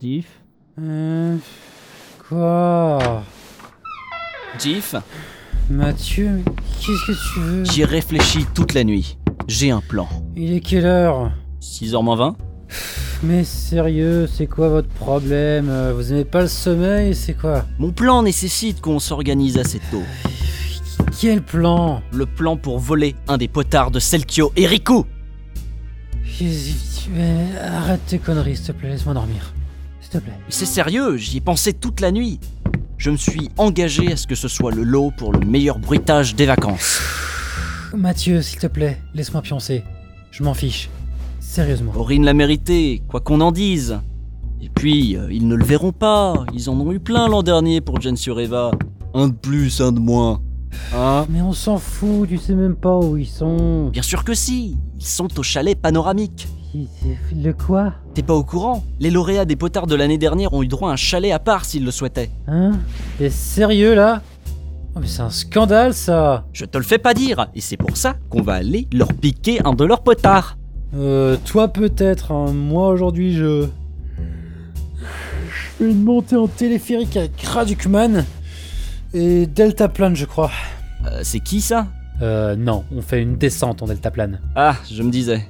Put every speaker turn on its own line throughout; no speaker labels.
Diff.
Euh, quoi
Jif,
Mathieu, mais qu'est-ce que tu veux
j'y réfléchis toute la nuit. J'ai un plan.
Il est quelle heure
6h moins 20
Mais sérieux, c'est quoi votre problème Euh, Vous aimez pas le sommeil, c'est quoi
Mon plan nécessite qu'on s'organise assez tôt.
Quel plan
Le plan pour voler un des potards de Selkio et Riku
Qu'est-ce que tu- mais Arrête tes conneries, s'il te plaît, laisse-moi dormir. S'il te plaît.
Mais C'est sérieux, j'y ai pensé toute la nuit. Je me suis engagé à ce que ce soit le lot pour le meilleur bruitage des vacances.
Mathieu, s'il te plaît, laisse-moi pioncer. Je m'en fiche. Sérieusement.
Aurine l'a mérité, quoi qu'on en dise. Et puis, euh, ils ne le verront pas. Ils en ont eu plein l'an dernier pour Jen Sureva. Un de plus, un de moins. Hein
Mais on s'en fout, tu sais même pas où ils sont.
Bien sûr que si. Ils sont au chalet panoramique.
Le quoi
T'es pas au courant Les lauréats des potards de l'année dernière ont eu droit à un chalet à part s'ils le souhaitaient.
Hein T'es sérieux là Oh mais c'est un scandale ça
Je te le fais pas dire. Et c'est pour ça qu'on va aller leur piquer un de leurs potards.
Euh, toi peut-être, hein, moi aujourd'hui je... Je fais une montée en téléphérique avec Radukman et Deltaplane je crois.
Euh, c'est qui ça
Euh non, on fait une descente en Deltaplane.
Ah, je me disais.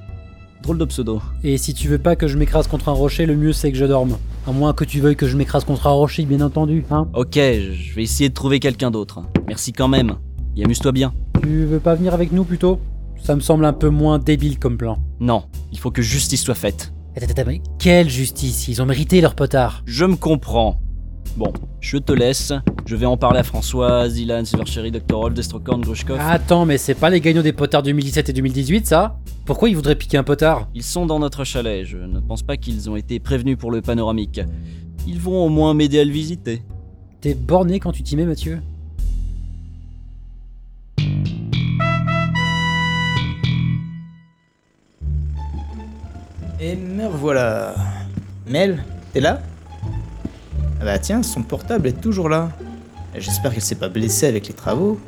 Drôle de pseudo.
Et si tu veux pas que je m'écrase contre un rocher, le mieux c'est que je dorme. À moins que tu veuilles que je m'écrase contre un rocher, bien entendu, hein.
Ok, je vais essayer de trouver quelqu'un d'autre. Merci quand même. Et amuse-toi bien.
Tu veux pas venir avec nous plutôt Ça me semble un peu moins débile comme plan.
Non, il faut que justice soit faite.
Attends, attends, mais quelle justice Ils ont mérité leur potard.
Je me comprends. Bon, je te laisse. Je vais en parler à Françoise, Ilan, Silvercherry, Dr. Hall, Destrocorn, Grushkov.
Attends, mais c'est pas les gagnants des potards 2017 et 2018, ça Pourquoi ils voudraient piquer un potard
Ils sont dans notre chalet. Je ne pense pas qu'ils ont été prévenus pour le panoramique. Ils vont au moins m'aider à le visiter.
T'es borné quand tu t'y mets, Mathieu
Et me revoilà. Mel, t'es là Ah bah tiens, son portable est toujours là. J'espère qu'elle s'est pas blessée avec les travaux.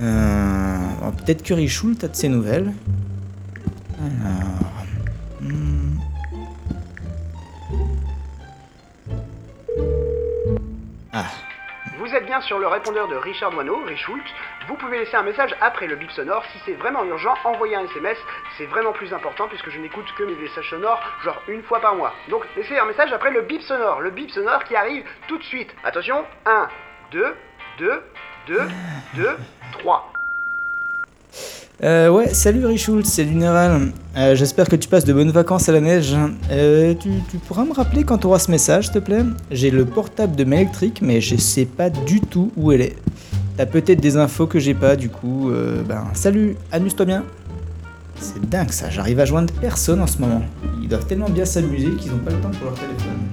Euh, bon, Peut-être que Richoult a de ses nouvelles. Euh, Alors. hmm. Ah,
Vous êtes bien sur le répondeur de Richard Moineau, Richult. Vous pouvez laisser un message après le bip sonore. Si c'est vraiment urgent, envoyez un SMS. C'est vraiment plus important puisque je n'écoute que mes messages sonores, genre une fois par mois. Donc laissez un message après le bip sonore. Le bip sonore qui arrive tout de suite. Attention, 1, 2, 2, 2, 2, 3.
Euh, ouais, salut Richoult, c'est Lunéral. Euh, J'espère que tu passes de bonnes vacances à la neige. Euh, tu, tu pourras me rappeler quand tu auras ce message, s'il te plaît J'ai le portable de ma électrique, mais je sais pas du tout où elle est. T'as peut-être des infos que j'ai pas, du coup, euh, ben salut, amuse-toi bien. C'est dingue ça, j'arrive à joindre personne en ce moment. Ils doivent tellement bien s'amuser qu'ils ont pas le temps pour leur téléphone.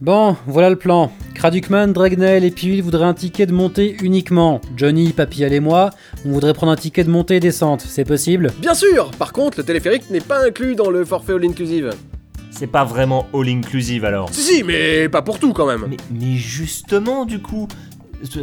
Bon, voilà le plan. Kradukman, Dragnel et Pivil voudraient un ticket de montée uniquement. Johnny, Papial et moi, on voudrait prendre un ticket de montée et descente, c'est possible
Bien sûr Par contre, le téléphérique n'est pas inclus dans le forfait all inclusive.
C'est pas vraiment all inclusive alors.
Si, si, mais pas pour tout quand même.
Mais, mais justement, du coup. euh,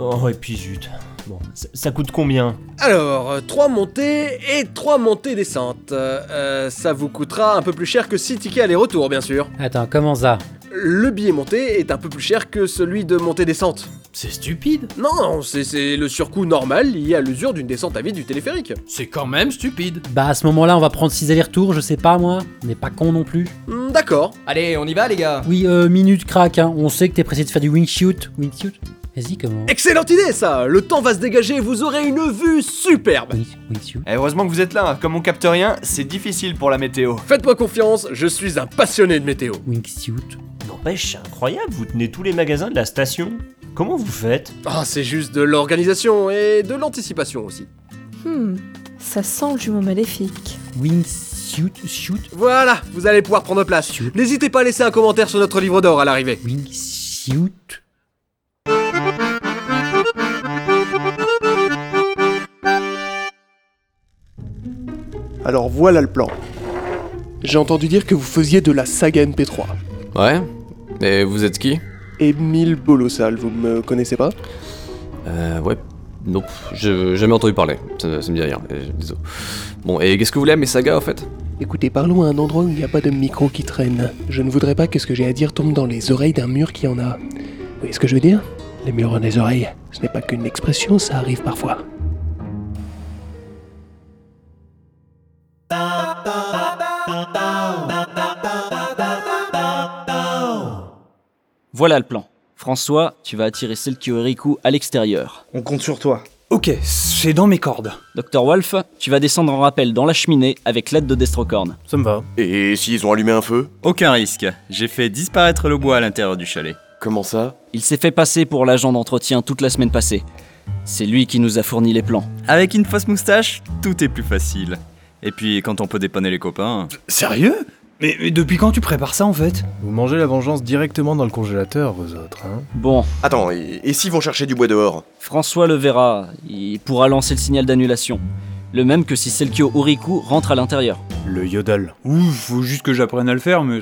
Oh, et puis zut. Bon, ça, ça coûte combien
Alors, euh, trois montées et trois montées descentes. Euh, euh, ça vous coûtera un peu plus cher que 6 tickets aller-retour, bien sûr.
Attends, comment ça
Le billet montée est un peu plus cher que celui de montée-descente.
C'est stupide.
Non, c'est- c'est le surcoût normal lié à l'usure d'une descente à vide du téléphérique.
C'est quand même stupide.
Bah à ce moment-là, on va prendre 6 allers-retours, je sais pas moi. On n'est pas con non plus.
Hmm, D'accord.
Allez, on y va les gars.
Oui, euh, minute crack, hein. on sait que t'es pressé de faire du wing shoot. Wing shoot Vas-y, comment
Excellente idée ça Le temps va se dégager et vous aurez une vue superbe
Wing, wing shoot.
Eh, Heureusement que vous êtes là. Comme on capte rien, c'est difficile pour la météo.
Faites-moi confiance, je suis un passionné de météo.
Wing shoot.
N'empêche, c'est incroyable. Vous tenez tous les magasins de la station. Comment vous faites
Ah, c'est juste de l'organisation et de l'anticipation aussi.
Hmm, ça sent le jumeau maléfique.
Wing shoot, shoot.
Voilà, vous allez pouvoir prendre place.
Shoot.
N'hésitez pas à laisser un commentaire sur notre livre d'or à l'arrivée.
Wing shoot.
Alors voilà le plan. J'ai entendu dire que vous faisiez de la saga MP3.
Ouais Et vous êtes qui
Émile Bolossal, vous me connaissez pas
Euh, ouais,
Nope, j'ai jamais entendu parler. Ça, ça me dit rien. et- Désolé. Bon, et qu'est-ce que vous voulez à mes sagas en fait
Écoutez, parlons à un endroit où il n'y a pas de micro qui traîne. Je ne voudrais pas que ce que j'ai à dire tombe dans les oreilles d'un mur qui en a. Vous voyez ce que je veux dire Les murs ont des oreilles. Ce n'est pas qu'une expression, ça arrive parfois.
Voilà le plan. François, tu vas attirer celle qui aurait coup à l'extérieur.
On compte sur toi.
Ok, c'est dans mes cordes. Docteur Wolf, tu vas descendre en rappel dans la cheminée avec l'aide de Destrocorn.
Ça me va.
Et s'ils ont allumé un feu
Aucun risque. J'ai fait disparaître le bois à l'intérieur du chalet.
Comment ça
Il s'est fait passer pour l'agent d'entretien toute la semaine passée. C'est lui qui nous a fourni les plans.
Avec une fausse moustache, tout est plus facile. Et puis quand on peut dépanner les copains.
Sérieux mais, mais depuis quand tu prépares ça en fait Vous mangez la vengeance directement dans le congélateur, vous autres. Hein
Bon.
Attends, et, et s'ils vont chercher du bois dehors
François le verra, il pourra lancer le signal d'annulation. Le même que si Selkio Oriku rentre à l'intérieur.
Le yodel.
Ouf, faut juste que j'apprenne à le faire, mais.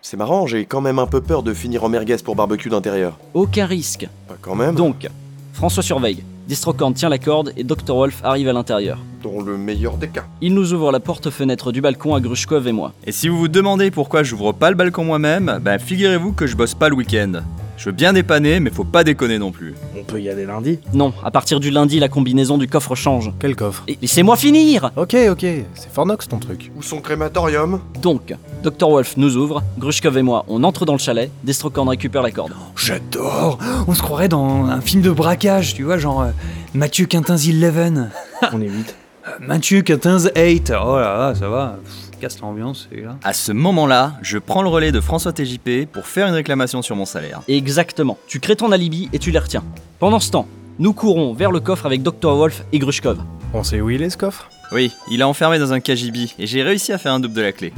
C'est marrant, j'ai quand même un peu peur de finir en merguez pour barbecue d'intérieur.
Aucun risque.
Pas quand même.
Donc, François surveille. Distrocorn tient la corde et Dr Wolf arrive à l'intérieur.
Dans le meilleur des cas.
Il nous ouvre la porte-fenêtre du balcon à Grushkov et moi.
Et si vous vous demandez pourquoi j'ouvre pas le balcon moi-même, ben figurez-vous que je bosse pas le week-end. Je veux bien dépanner, mais faut pas déconner non plus.
On peut y aller lundi Non, à partir du lundi, la combinaison du coffre change. Quel coffre Laissez-moi finir
Ok, ok, c'est Fornox ton truc.
Ou son crématorium
Donc, Dr Wolf nous ouvre, Grushkov et moi, on entre dans le chalet, Destrocorn récupère la corde.
J'adore Oh, On se croirait dans un film de braquage, tu vois, genre euh, Mathieu Quintin's Eleven.
On est vite.
Mathieu Quintin's 8. Oh là là, ça va. Pff, casse l'ambiance, c'est là.
À ce moment-là, je prends le relais de François TJP pour faire une réclamation sur mon salaire.
Exactement. Tu crées ton alibi et tu les retiens. Pendant ce temps, nous courons vers le coffre avec Dr Wolf et Grushkov.
On sait où il est ce coffre
Oui, il est enfermé dans un KGB et j'ai réussi à faire un double de la clé.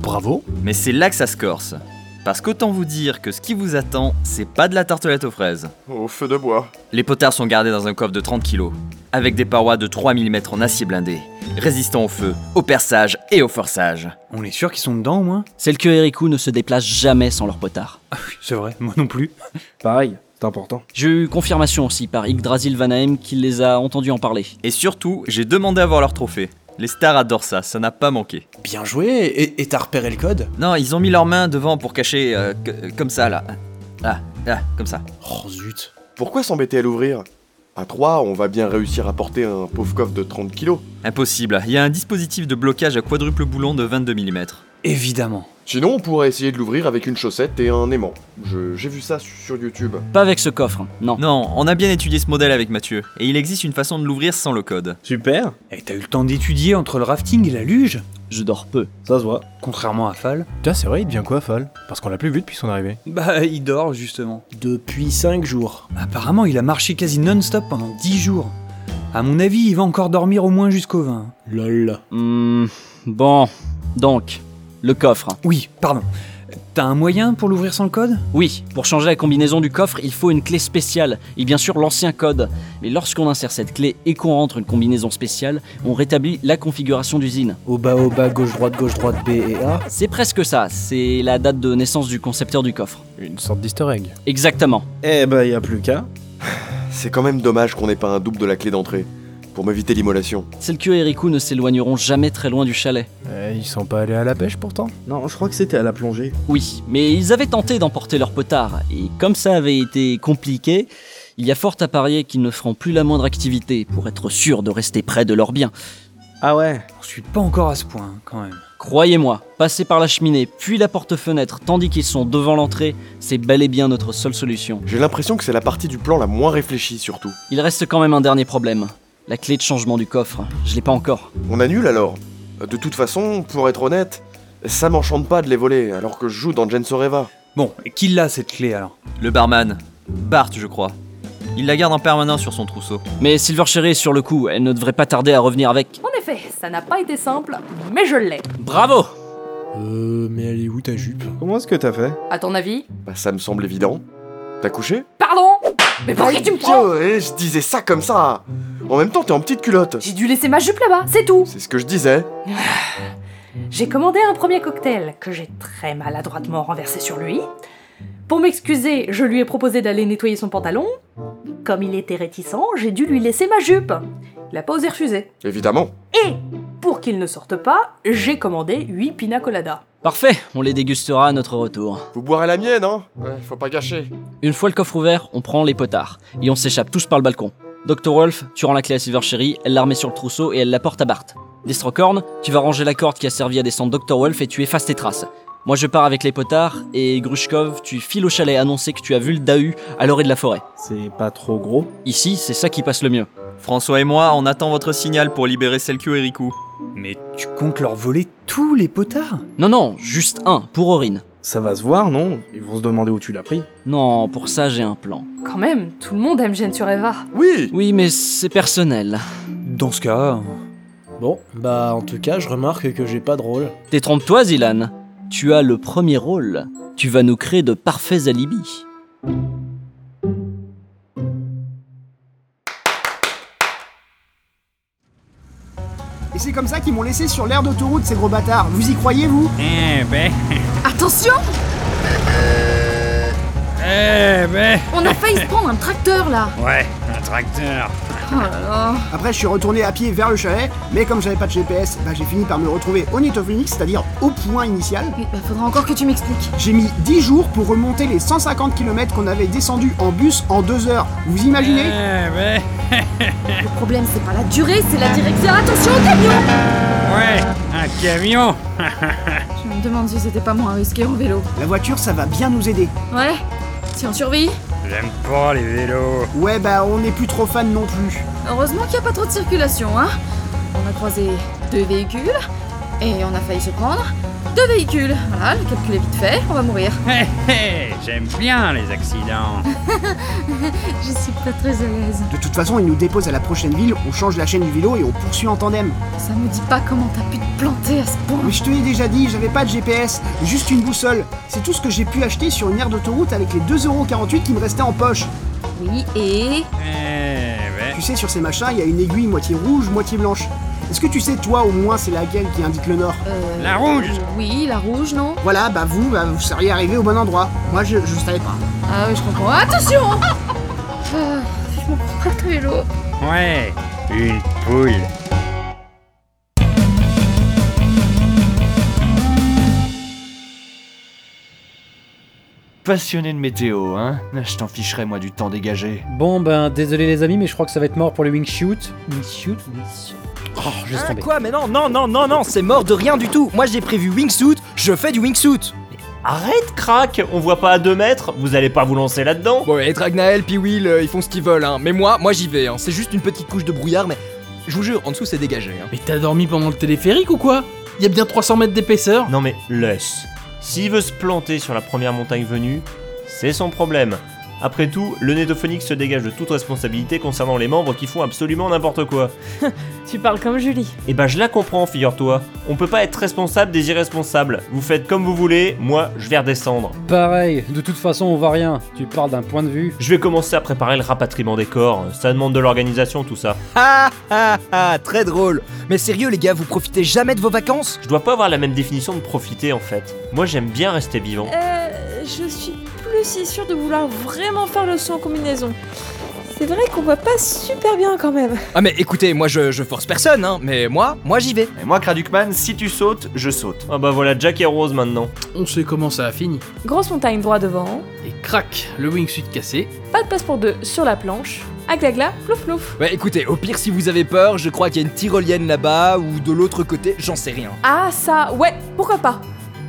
bravo.
Mais c'est là que ça se corse. Parce qu'autant vous dire que ce qui vous attend, c'est pas de la tartelette aux fraises.
Au feu de bois.
Les potards sont gardés dans un coffre de 30 kilos, avec des parois de 3 mm en acier blindé, résistant au feu, au perçage et au forçage.
On est sûr qu'ils sont dedans au moins Ah
Celle que Eriku ne se déplace jamais sans leur potard.
C'est vrai, moi non plus.
Pareil, c'est important. J'ai eu confirmation aussi par Yggdrasil Vanahem qui les a entendus en parler.
Et surtout, j'ai demandé à voir leur trophée. Les stars adorent ça, ça n'a pas manqué.
Bien joué, et et t'as repéré le code
Non, ils ont mis leurs mains devant pour cacher, euh, que- comme ça là. Ah, ah, comme ça.
Oh zut.
Pourquoi s'embêter à l'ouvrir À 3, on va bien réussir à porter un pauvre coffre de 30 kilos.
Impossible, il y a un dispositif de blocage à quadruple boulon de 22 mm.
Évidemment.
Sinon, on pourrait essayer de l'ouvrir avec une chaussette et un aimant. Je- J'ai vu ça su- sur YouTube.
Pas avec ce coffre, hein. non.
Non, on a bien étudié ce modèle avec Mathieu, et il existe une façon de l'ouvrir sans le code.
Super. Et Eh, t'as eu le temps d'étudier entre le rafting et la luge
Je dors peu.
Ça se voit. Contrairement à Fall.
Putain, c'est vrai, il devient quoi, Fall Parce qu'on l'a plus vu depuis son arrivée.
Bah, il dort justement.
Depuis 5 jours.
Apparemment, il a marché quasi non-stop pendant 10 jours. À mon avis, il va encore dormir au moins jusqu'au 20.
Lol.
Hmm, bon, donc, le coffre.
Oui, pardon. T'as un moyen pour l'ouvrir sans le code
Oui, pour changer la combinaison du coffre, il faut une clé spéciale, et bien sûr l'ancien code. Mais lorsqu'on insère cette clé et qu'on rentre une combinaison spéciale, on rétablit la configuration d'usine.
Au bas, au bas, gauche, droite, gauche, droite, B et A.
C'est presque ça, c'est la date de naissance du concepteur du coffre.
Une sorte d'easter egg.
Exactement.
Eh ben, y a plus qu'à.
C'est quand même dommage qu'on n'ait pas un double de la clé d'entrée, pour m'éviter l'immolation.
Selkio et Eriku ne s'éloigneront jamais très loin du chalet.
Eh, ils sont pas allés à la pêche pourtant Non, je crois que c'était à la plongée.
Oui, mais ils avaient tenté d'emporter leur potard, et comme ça avait été compliqué, il y a fort à parier qu'ils ne feront plus la moindre activité pour être sûrs de rester près de leur bien.
Ah ouais
Je suis pas encore à ce point, hein, quand même.
Croyez-moi, passer par la cheminée puis la porte-fenêtre tandis qu'ils sont devant l'entrée, c'est bel et bien notre seule solution.
J'ai l'impression que c'est la partie du plan la moins réfléchie, surtout.
Il reste quand même un dernier problème. La clé de changement du coffre, je l'ai pas encore.
On annule alors De toute façon, pour être honnête, ça m'enchante pas de les voler, alors que je joue dans Jen Soreva.
Bon, et qui l'a cette clé alors
Le barman, Bart, je crois. Il la garde en permanence sur son trousseau.
Mais Silver Cherry est sur le coup, elle ne devrait pas tarder à revenir avec.
En effet, ça n'a pas été simple, mais je l'ai.
Bravo
Euh, mais elle est où ta jupe
Comment est-ce que t'as fait
À ton avis
Bah, ça me semble évident. T'as couché
Pardon Mais pourquoi tu me prends
Tiens, eh, je disais ça comme ça En même temps, t'es en petite culotte
J'ai dû laisser ma jupe là-bas, c'est tout
C'est ce que je disais.
J'ai commandé un premier cocktail que j'ai très maladroitement renversé sur lui. Pour m'excuser, je lui ai proposé d'aller nettoyer son pantalon. Comme il était réticent, j'ai dû lui laisser ma jupe. Il a pas osé refuser.
Évidemment.
Et pour qu'il ne sorte pas, j'ai commandé 8 pina coladas.
Parfait, on les dégustera à notre retour.
Vous boirez la mienne, hein Ouais, Faut pas gâcher.
Une fois le coffre ouvert, on prend les potards et on s'échappe tous par le balcon. Dr. Wolf, tu rends la clé à Silver Cherry, elle la remet sur le trousseau et elle la porte à Bart. Destrocorn, tu vas ranger la corde qui a servi à descendre Dr. Wolf et tu effaces tes traces. Moi je pars avec les potards et Grushkov, tu files au chalet annoncer que tu as vu le Dahu à l'orée de la forêt.
C'est pas trop gros
Ici, c'est ça qui passe le mieux.
François et moi, on attend votre signal pour libérer Selkio et Riku.
Mais tu comptes leur voler tous les potards
Non, non, juste un, pour Aurine.
Ça va se voir, non Ils vont se demander où tu l'as pris.
Non, pour ça j'ai un plan.
Quand même, tout le monde aime Jeanne sur Eva.
Oui
Oui, mais c'est personnel.
Dans ce cas.
Bon, bah en tout cas, je remarque que j'ai pas de rôle.
Détrompe-toi, Zilan. Tu as le premier rôle. Tu vas nous créer de parfaits alibis.
Et c'est comme ça qu'ils m'ont laissé sur l'aire d'autoroute, ces gros bâtards. Vous y croyez, vous
Eh ben.
Attention
Eh ben.
On a failli se prendre un tracteur là
Ouais, un tracteur.
Oh
Après, je suis retourné à pied vers le chalet, mais comme j'avais pas de GPS, bah, j'ai fini par me retrouver au Nitophoenix, c'est-à-dire au point initial.
bah, faudra encore que tu m'expliques.
J'ai mis 10 jours pour remonter les 150 km qu'on avait descendus en bus en 2 heures. Vous imaginez
Eh ben.
Le problème, c'est pas la durée, c'est la direction. Attention au camion
Ouais, un camion.
Je me demande si c'était pas moins risqué en vélo.
Ah
La voiture, ça va bien nous aider.
Ouais, si on survit.
J'aime pas les vélos.
Ouais, bah on n'est plus trop fan non plus.
Heureusement qu'il n'y a pas trop de circulation, hein. On a croisé deux véhicules et on a failli se prendre deux véhicules. Voilà, le calcul est vite fait, on va mourir.
Hé, j'aime bien les accidents.
Je suis pas très à l'aise.
De toute façon, ils nous déposent à la prochaine ville, on change la chaîne du vélo et on poursuit en tandem.
Ça me dit pas comment t'as pu te planter à ce point.
Mais je te l'ai déjà dit, j'avais pas de GPS, juste une boussole. C'est tout ce que j'ai pu acheter sur une aire d'autoroute avec les 2,48€ qui me restaient en poche.
Oui, et.
Eh
Tu sais, sur ces machins, il y a une aiguille moitié rouge, moitié blanche. Est-ce que tu sais, toi, au moins, c'est laquelle qui indique le nord
La rouge
euh, Oui, la rouge, non
Voilà, bah vous, bah, vous seriez arrivé au bon endroit. Moi, je, je savais pas.
Ah oui, je comprends. Attention Euh, Je m'en prends pas de vélo.
Ouais, une poule.
Passionné de météo, hein Je t'en ficherais, moi, du temps dégagé.
Bon ben désolé les amis mais je crois que ça va être mort pour le wing shoot. Wing shoot wing shoot. Oh, je laisse
Hein,
tomber.
quoi Mais non, non, non, non, non, c'est mort de rien du tout. Moi, j'ai prévu wingsuit, je fais du wingsuit.
Arrête, crack On voit pas à 2 mètres, vous allez pas vous lancer là-dedans
Bon, et Dragnael, puis Will, euh, ils font ce qu'ils veulent, hein. Mais moi, moi, j'y vais, hein. C'est juste une petite couche de brouillard, mais je vous jure, en dessous, c'est dégagé, hein.
Mais t'as dormi pendant le téléphérique ou quoi Il y a bien 300 mètres d'épaisseur Non mais laisse. S'il veut se planter sur la première montagne venue, c'est son problème. Après tout, le Nédophonique se dégage de toute responsabilité concernant les membres qui font absolument n'importe quoi.
Tu parles comme Julie.
Et bah je la comprends, figure-toi. On peut pas être responsable des irresponsables. Vous faites comme vous voulez, moi je vais redescendre.
Pareil, de toute façon on voit rien. Tu parles d'un point de vue.
Je vais commencer à préparer le rapatriement des corps, ça demande de l'organisation tout ça.
Ah ah ah, très drôle. Mais sérieux, les gars, vous profitez jamais de vos vacances
Je dois pas avoir la même définition de profiter en fait. Moi j'aime bien rester vivant.
Euh, je suis plus si sûre de vouloir vraiment faire le saut en combinaison. C'est vrai qu'on voit pas super bien quand même.
Ah, mais écoutez, moi, je, je force personne, hein. Mais moi, moi, j'y vais.
Et moi, Kradukman, si tu sautes, je saute. Ah bah voilà, Jack et Rose maintenant.
On sait comment ça a fini.
Grosse montagne droit devant,
Et crac, le wingsuit cassé.
pas de place pour deux sur la planche, aglagla, flouf flouf.
Ouais, Bah, écoutez, au pire, si vous avez peur, je crois qu'il y a une tyrolienne là-bas ou de l'autre côté, j'en sais rien.
Ah ça, ouais, pourquoi pas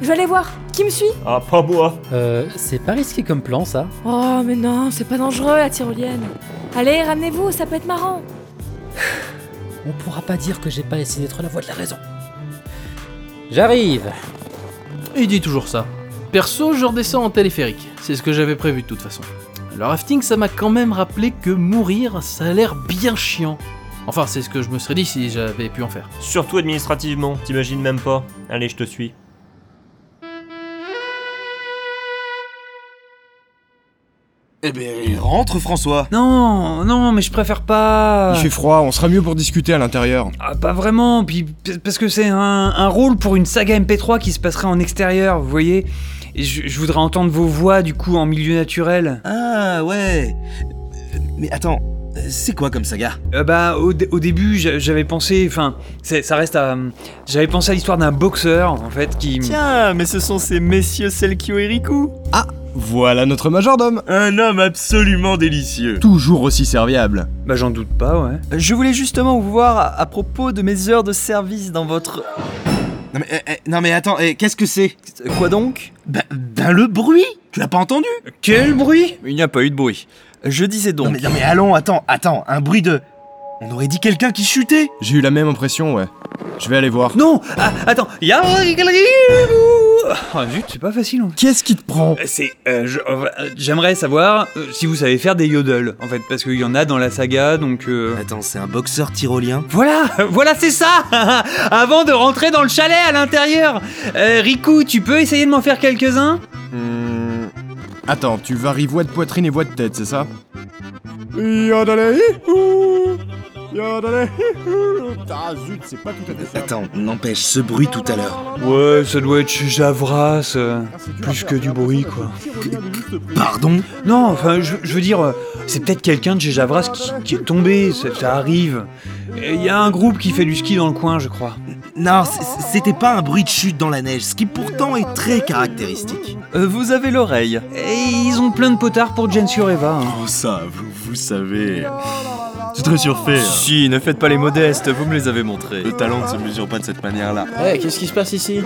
Je vais aller voir, qui me suit
Ah, pas moi
Euh, c'est pas risqué comme plan ça.
Oh mais non, c'est pas dangereux la tyrolienne. Allez, ramenez-vous, ça peut être marrant.
On pourra pas dire que j'ai pas laissé d'être la voix de la raison. J'arrive
Il dit toujours ça. Perso, je redescends en téléphérique. C'est ce que j'avais prévu de toute façon. Le rafting, ça m'a quand même rappelé que mourir, ça a l'air bien chiant. Enfin, c'est ce que je me serais dit si j'avais pu en faire.
Surtout administrativement, t'imagines même pas. Allez, je te suis.
Eh ben, rentre, François
Non, non, mais je préfère pas.
Il fait froid, on sera mieux pour discuter à l'intérieur.
Ah, pas vraiment, puis parce que c'est un, un rôle pour une saga MP3 qui se passerait en extérieur, vous voyez
Je, je voudrais entendre vos voix du coup en milieu naturel.
Ah ouais Mais attends, c'est quoi comme saga
Euh, bah au, dé- au début j'a- j'avais pensé, enfin c'est- ça reste à, j'avais pensé à l'histoire d'un boxeur en fait qui.
Tiens, mais ce sont ces messieurs Selkio et Riku Ah
Voilà notre majordome
Un homme absolument délicieux
Toujours aussi serviable
Bah j'en doute pas, ouais.
Je voulais justement vous voir à, à propos de mes heures de service dans votre... Non mais, eh, eh, non mais attends, eh, qu'est-ce que c'est Quoi donc ben, ben le bruit Tu l'as pas entendu
Quel bruit
Il n'y a pas eu de bruit. Je disais donc...
non mais, non mais allons, attends, attends, un bruit de... On aurait dit quelqu'un qui chutait J'ai eu la même impression, ouais. Je vais aller voir.
Non
ah,
Attends, y'a... Oh zut, c'est pas facile.
Qu'est-ce qui te prend
C'est, euh, je- euh, j'aimerais savoir euh, si vous savez faire des yodels en fait parce qu'il y en a dans la saga donc. euh,
Attends, c'est un boxeur tyrolien.
Voilà, voilà c'est ça. Avant de rentrer dans le chalet à l'intérieur, Euh, Riku, tu peux essayer de m'en faire quelques-uns
Hmm. Attends, tu varies voix de poitrine et voix de tête, c'est ça Yodalé hihou Yodalé hihou Ah zut, c'est pas tout à fait ça.
Attends, n'empêche, ce bruit tout à l'heure.
Ouais, ça doit être chez Javras, euh, plus que du bruit quoi.
Pardon
Non, enfin, je, je veux dire, euh, c'est peut-être quelqu'un de chez Javras qui, qui est tombé, ça, ça arrive. Il y a un groupe qui fait du ski dans le coin, je crois.
Non, c- c'était pas un bruit de chute dans la neige, ce qui pourtant est très caractéristique. vous avez l'oreille.
Euh, Et ils ont plein de potards Eh, pour Jen Sureva. hein.
Oh ça, vous, vous savez... C'est très surfait.
Si, ne faites pas les modestes, vous me les avez montrés.
Le talent ne se mesure pas de cette manière-là.
Eh, qu'est-ce qui se passe ici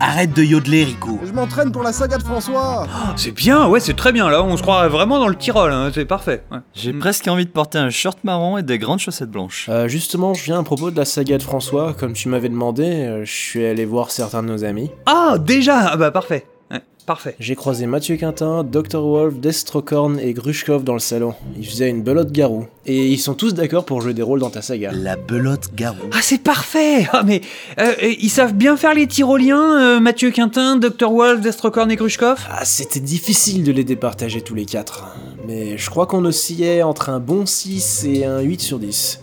Arrête de yodeler, Rico.
Je m'entraîne pour la saga de François
Oh,
C'est Eh bien, ouais, c'est très bien là, on se croirait vraiment dans le Tyrol, hein, c'est parfait. ouais. Mm.
J'ai presque envie de porter un short marron et des grandes chaussettes blanches.
Euh, justement, je viens à propos de la saga de François. Comme tu m'avais demandé, euh, je suis allé voir certains de nos amis.
Ah, déjà Ah bah parfait. Ouais, parfait.
J'ai croisé Mathieu Quintin, Dr. Wolf, Destrocorn et Grushkov dans le salon. Ils faisaient une belote garou. Et ils sont tous d'accord pour jouer des rôles dans ta saga.
La belote garou.
Ah, c'est parfait Ah, mais euh, euh, ils savent bien faire les tyroliens, euh, Mathieu Quintin, Dr. Wolf, Destrocorn et Krushkov
Ah, c'était difficile de les départager tous les quatre. Mais je crois qu'on oscillait entre un bon 6 et un 8 sur 10.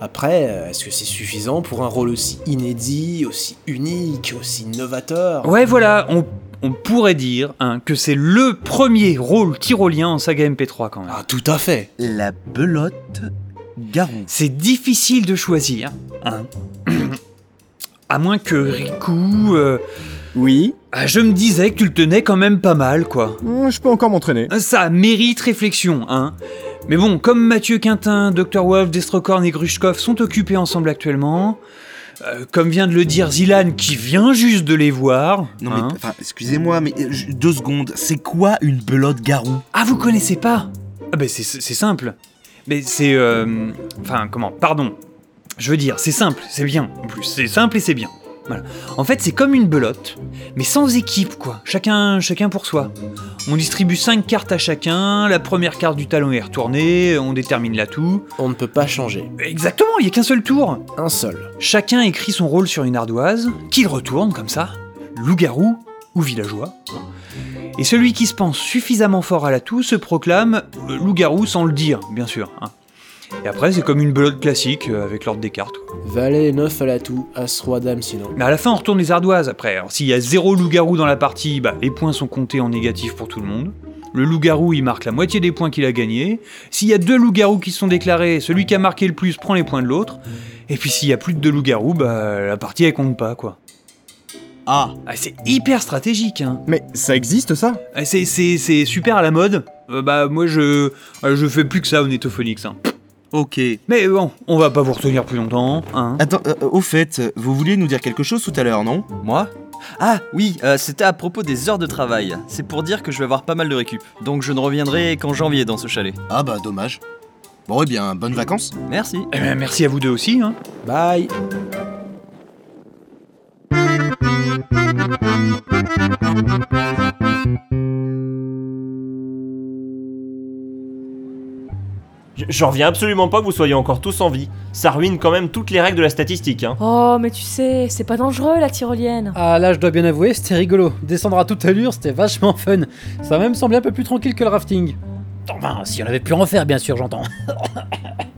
Après, euh, est-ce que c'est suffisant pour un rôle aussi inédit, aussi unique, aussi novateur
Ouais, voilà, on, on pourrait dire hein, que c'est le premier rôle tyrolien en saga MP3 quand même. Ah,
tout à fait
La belote garou.
C'est difficile de choisir, hein. à moins que Riku. euh,
Oui
Ah, Je me disais que tu le tenais quand même pas mal, quoi.
Mmh,
Ah,
Je peux encore m'entraîner.
Ça mérite réflexion, hein. Mais bon, comme Mathieu Quintin, Dr. Wolf, Destrocorn et Grushkov sont occupés ensemble actuellement, euh, comme vient de le dire Zilan qui vient juste de les voir.
Non mais,
hein.
enfin, excusez-moi, mais euh, je- deux secondes, c'est quoi une belote garou
Ah, vous connaissez pas Ah, ben c'est c'est simple. Mais c'est. euh, Enfin, comment Pardon. Je veux dire, c'est simple, c'est bien. En plus, c'est simple et c'est bien. Voilà. En fait, c'est comme une belote, mais sans équipe, quoi. Chacun, chacun pour soi. On distribue 5 cartes à chacun, la première carte du talon est retournée, on détermine l'atout.
On ne peut pas changer.
Exactement, il n'y a qu'un seul tour.
Un seul.
Chacun écrit son rôle sur une ardoise, qu'il retourne comme ça, loup-garou ou villageois. Et celui qui se pense suffisamment fort à l'atout se proclame euh, loup-garou sans le dire, bien sûr. hein. Et après, c'est comme une belote classique euh, avec l'ordre des cartes. quoi.
Valet 9 à l'atout, As, Roi, Dame sinon.
Mais à la fin, on retourne les ardoises après. Alors, s'il y a zéro loup-garou dans la partie, bah, les points sont comptés en négatif pour tout le monde. Le loup-garou, il marque la moitié des points qu'il a gagnés. S'il y a deux loups-garous qui se sont déclarés, celui qui a marqué le plus prend les points de l'autre. Et puis s'il y a plus de deux loups-garous, bah, la partie elle compte pas quoi.
Ah,
c'est hyper stratégique hein.
Mais ça existe ça
Ah, C'est, c'est- c'est super à la mode. Euh, bah moi je euh, je fais plus que ça au Netophonix. Hein.
Ok.
Mais bon, on va pas vous retenir plus longtemps. Hein.
Attends, euh, euh, au fait, euh, vous vouliez nous dire quelque chose tout à l'heure, non Moi Ah oui, euh, c'était à propos des heures de travail. C'est pour dire que je vais avoir pas mal de récup. Donc je ne reviendrai qu'en janvier dans ce chalet. Ah bah dommage. Bon eh bien, bonnes vacances. Merci.
Eh ben, merci à vous deux aussi. Hein.
Bye
J- J'en reviens absolument pas que vous soyez encore tous en vie. Ça ruine quand même toutes les règles de la statistique, hein.
Oh, mais tu sais, c'est pas dangereux la tyrolienne.
Ah là, je dois bien avouer, c'était rigolo. Descendre à toute allure, c'était vachement fun. Ça m'a même semblé un peu plus tranquille que le rafting. Enfin, hein, si on avait pu en faire, bien sûr, j'entends.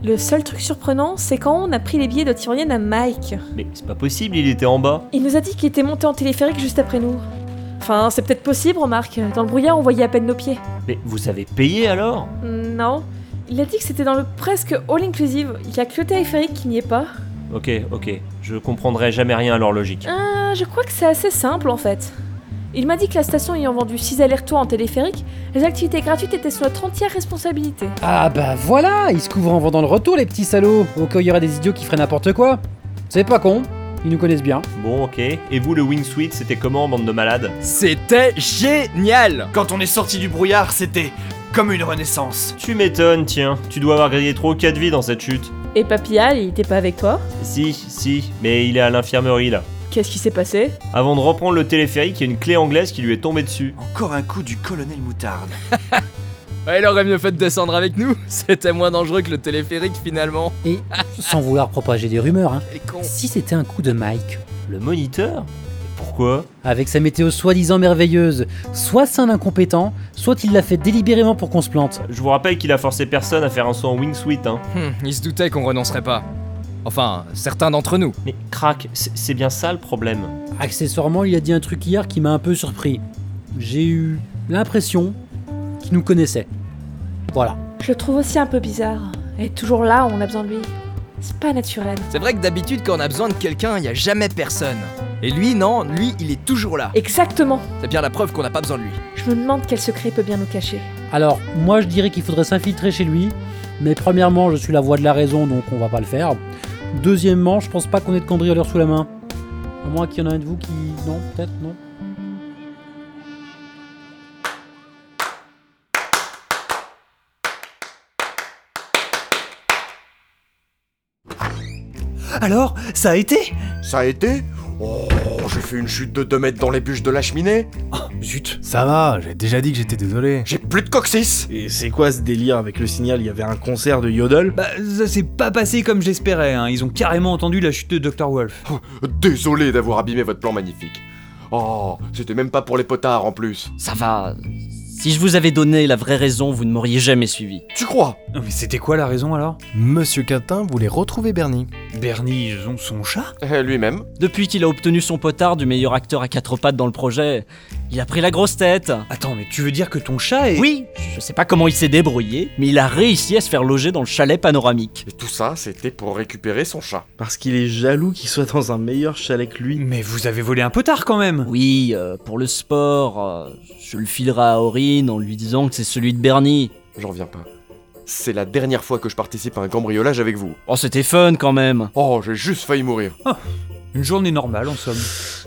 Le seul truc surprenant, c'est quand on a pris les billets de tyrolienne à Mike.
Mais c'est pas possible, il était en bas.
Il nous a dit qu'il était monté en téléphérique juste après nous. Enfin, c'est peut-être possible, remarque. Dans le brouillard, on voyait à peine nos pieds. Hmm,
Mais vous avez payé alors
Non. Il a dit que c'était dans le presque all-inclusive. Il y a que le téléphérique qui n'y est pas.
Ok, ok, je comprendrai jamais rien à leur logique.
Euh, je crois que c'est assez simple en fait. Il m'a dit que la station ayant vendu 6 allers-retours en téléphérique, les activités gratuites étaient sous notre entière responsabilité.
Ah bah voilà, ils se couvrent en vendant le retour, les petits salauds, au cas où il y aura des idiots qui feraient n'importe quoi. C'est pas con, ils nous connaissent bien.
Bon, ok. Et vous, le wingsuit, c'était comment, bande de malades
C'était génial Quand on est sorti du brouillard, c'était comme une renaissance.
Tu m'étonnes, tiens. Tu dois avoir grillé trop 4 vies dans cette chute.
Et Papillal, il était pas avec toi
Si, si, mais il est à l'infirmerie là.
Qu'est-ce qui s'est passé
Avant de reprendre le téléphérique, il y a une clé anglaise qui lui est tombée dessus.
Encore un coup du colonel Moutarde.
Ouais, il aurait mieux fait de descendre avec nous. C'était moins dangereux que le téléphérique finalement.
Et Sans vouloir propager des rumeurs, hein. Si c'était un coup de Mike.
Le moniteur Pourquoi
Avec sa météo soi-disant merveilleuse, soit c'est un incompétent, soit il l'a fait délibérément pour qu'on se plante.
Je vous rappelle qu'il a forcé personne à faire un saut en wingsuit, hein.
Hum, il se doutait qu'on renoncerait pas. Enfin, certains d'entre nous.
Mais crac, c'est bien ça le problème.
Accessoirement, il a dit un truc hier qui m'a un peu surpris. J'ai eu l'impression qu'il nous connaissait. Voilà.
Je le trouve aussi un peu bizarre. Et toujours là, on a besoin de lui. C'est pas naturel.
C'est vrai que d'habitude, quand on a besoin de quelqu'un, il n'y a jamais personne. Et lui, non, lui, il est toujours là.
Exactement.
C'est bien la preuve qu'on n'a pas besoin de lui.
Je me demande quel secret peut bien nous cacher.
Alors, moi je dirais qu'il faudrait s'infiltrer chez lui, mais premièrement, je suis la voix de la raison, donc on va pas le faire. Deuxièmement, je pense pas qu'on ait de cambrioleur sous la main. À moins qu'il y en a un de vous qui. Non, peut-être, non
Alors, ça a été
Ça a été Oh, j'ai fait une chute de 2 mètres dans les bûches de la cheminée.
Zut. Ça va, j'ai déjà dit que j'étais désolé.
Oh, J'ai plus de coccyx
Et c'est quoi ce délire avec le signal Il y avait un concert de yodel
Bah, ça s'est pas passé comme j'espérais, hein. ils ont carrément entendu la chute de Dr. Wolf.
Oh, Désolé d'avoir abîmé votre plan magnifique. Oh, c'était même pas pour les potards en plus.
Ça va. Si je vous avais donné la vraie raison, vous ne m'auriez jamais suivi.
Tu crois
Non, mais c'était quoi la raison alors
Monsieur Quintin voulait retrouver Bernie.
Bernie, ils ont son chat
Euh, Lui-même.
Depuis qu'il a obtenu son potard du meilleur acteur à quatre pattes dans le projet, il a pris la grosse tête.
Attends, mais tu veux dire que ton chat est.
Oui Je sais pas comment il s'est débrouillé, mais il a réussi à se faire loger dans le chalet panoramique.
Et tout ça, c'était pour récupérer son chat.
Parce qu'il est jaloux qu'il soit dans un meilleur chalet que lui.
Mais vous avez volé un potard quand même
Oui, euh, pour le sport, euh, je le filerai à Aurine en lui disant que c'est celui de Bernie.
J'en reviens pas. C'est la dernière fois que je participe à un cambriolage avec vous.
Oh, c'était fun quand même
Oh, j'ai juste failli mourir.
Oh, Une journée normale en somme.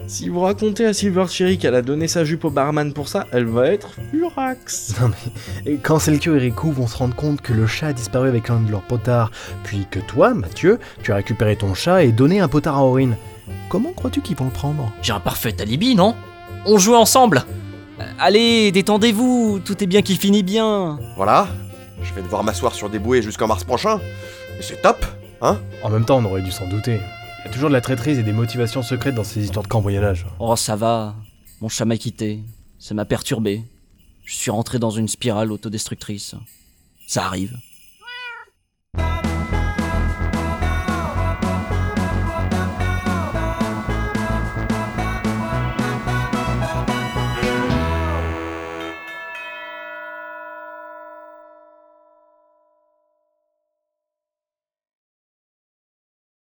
Si vous racontez à Silver Cherry qu'elle a donné sa jupe au barman pour ça, elle va être furax.
Non mais, et quand Selkio et Riku vont se rendre compte que le chat a disparu avec l'un de leurs potards, puis que toi, Mathieu, tu as récupéré ton chat et donné un potard à Aurine, comment crois-tu qu'ils vont le prendre
J'ai un parfait alibi, non On joue ensemble Euh, Allez, détendez-vous, tout est bien qui finit bien.
Voilà. Je vais devoir m'asseoir sur des bouées jusqu'en mars prochain. Et c'est top, hein
En même temps, on aurait dû s'en douter. Il y a toujours de la traîtrise et des motivations secrètes dans ces histoires de cambriolage.
Oh, ça va. Mon chat m'a quitté. Ça m'a perturbé. Je suis rentré dans une spirale autodestructrice. Ça arrive.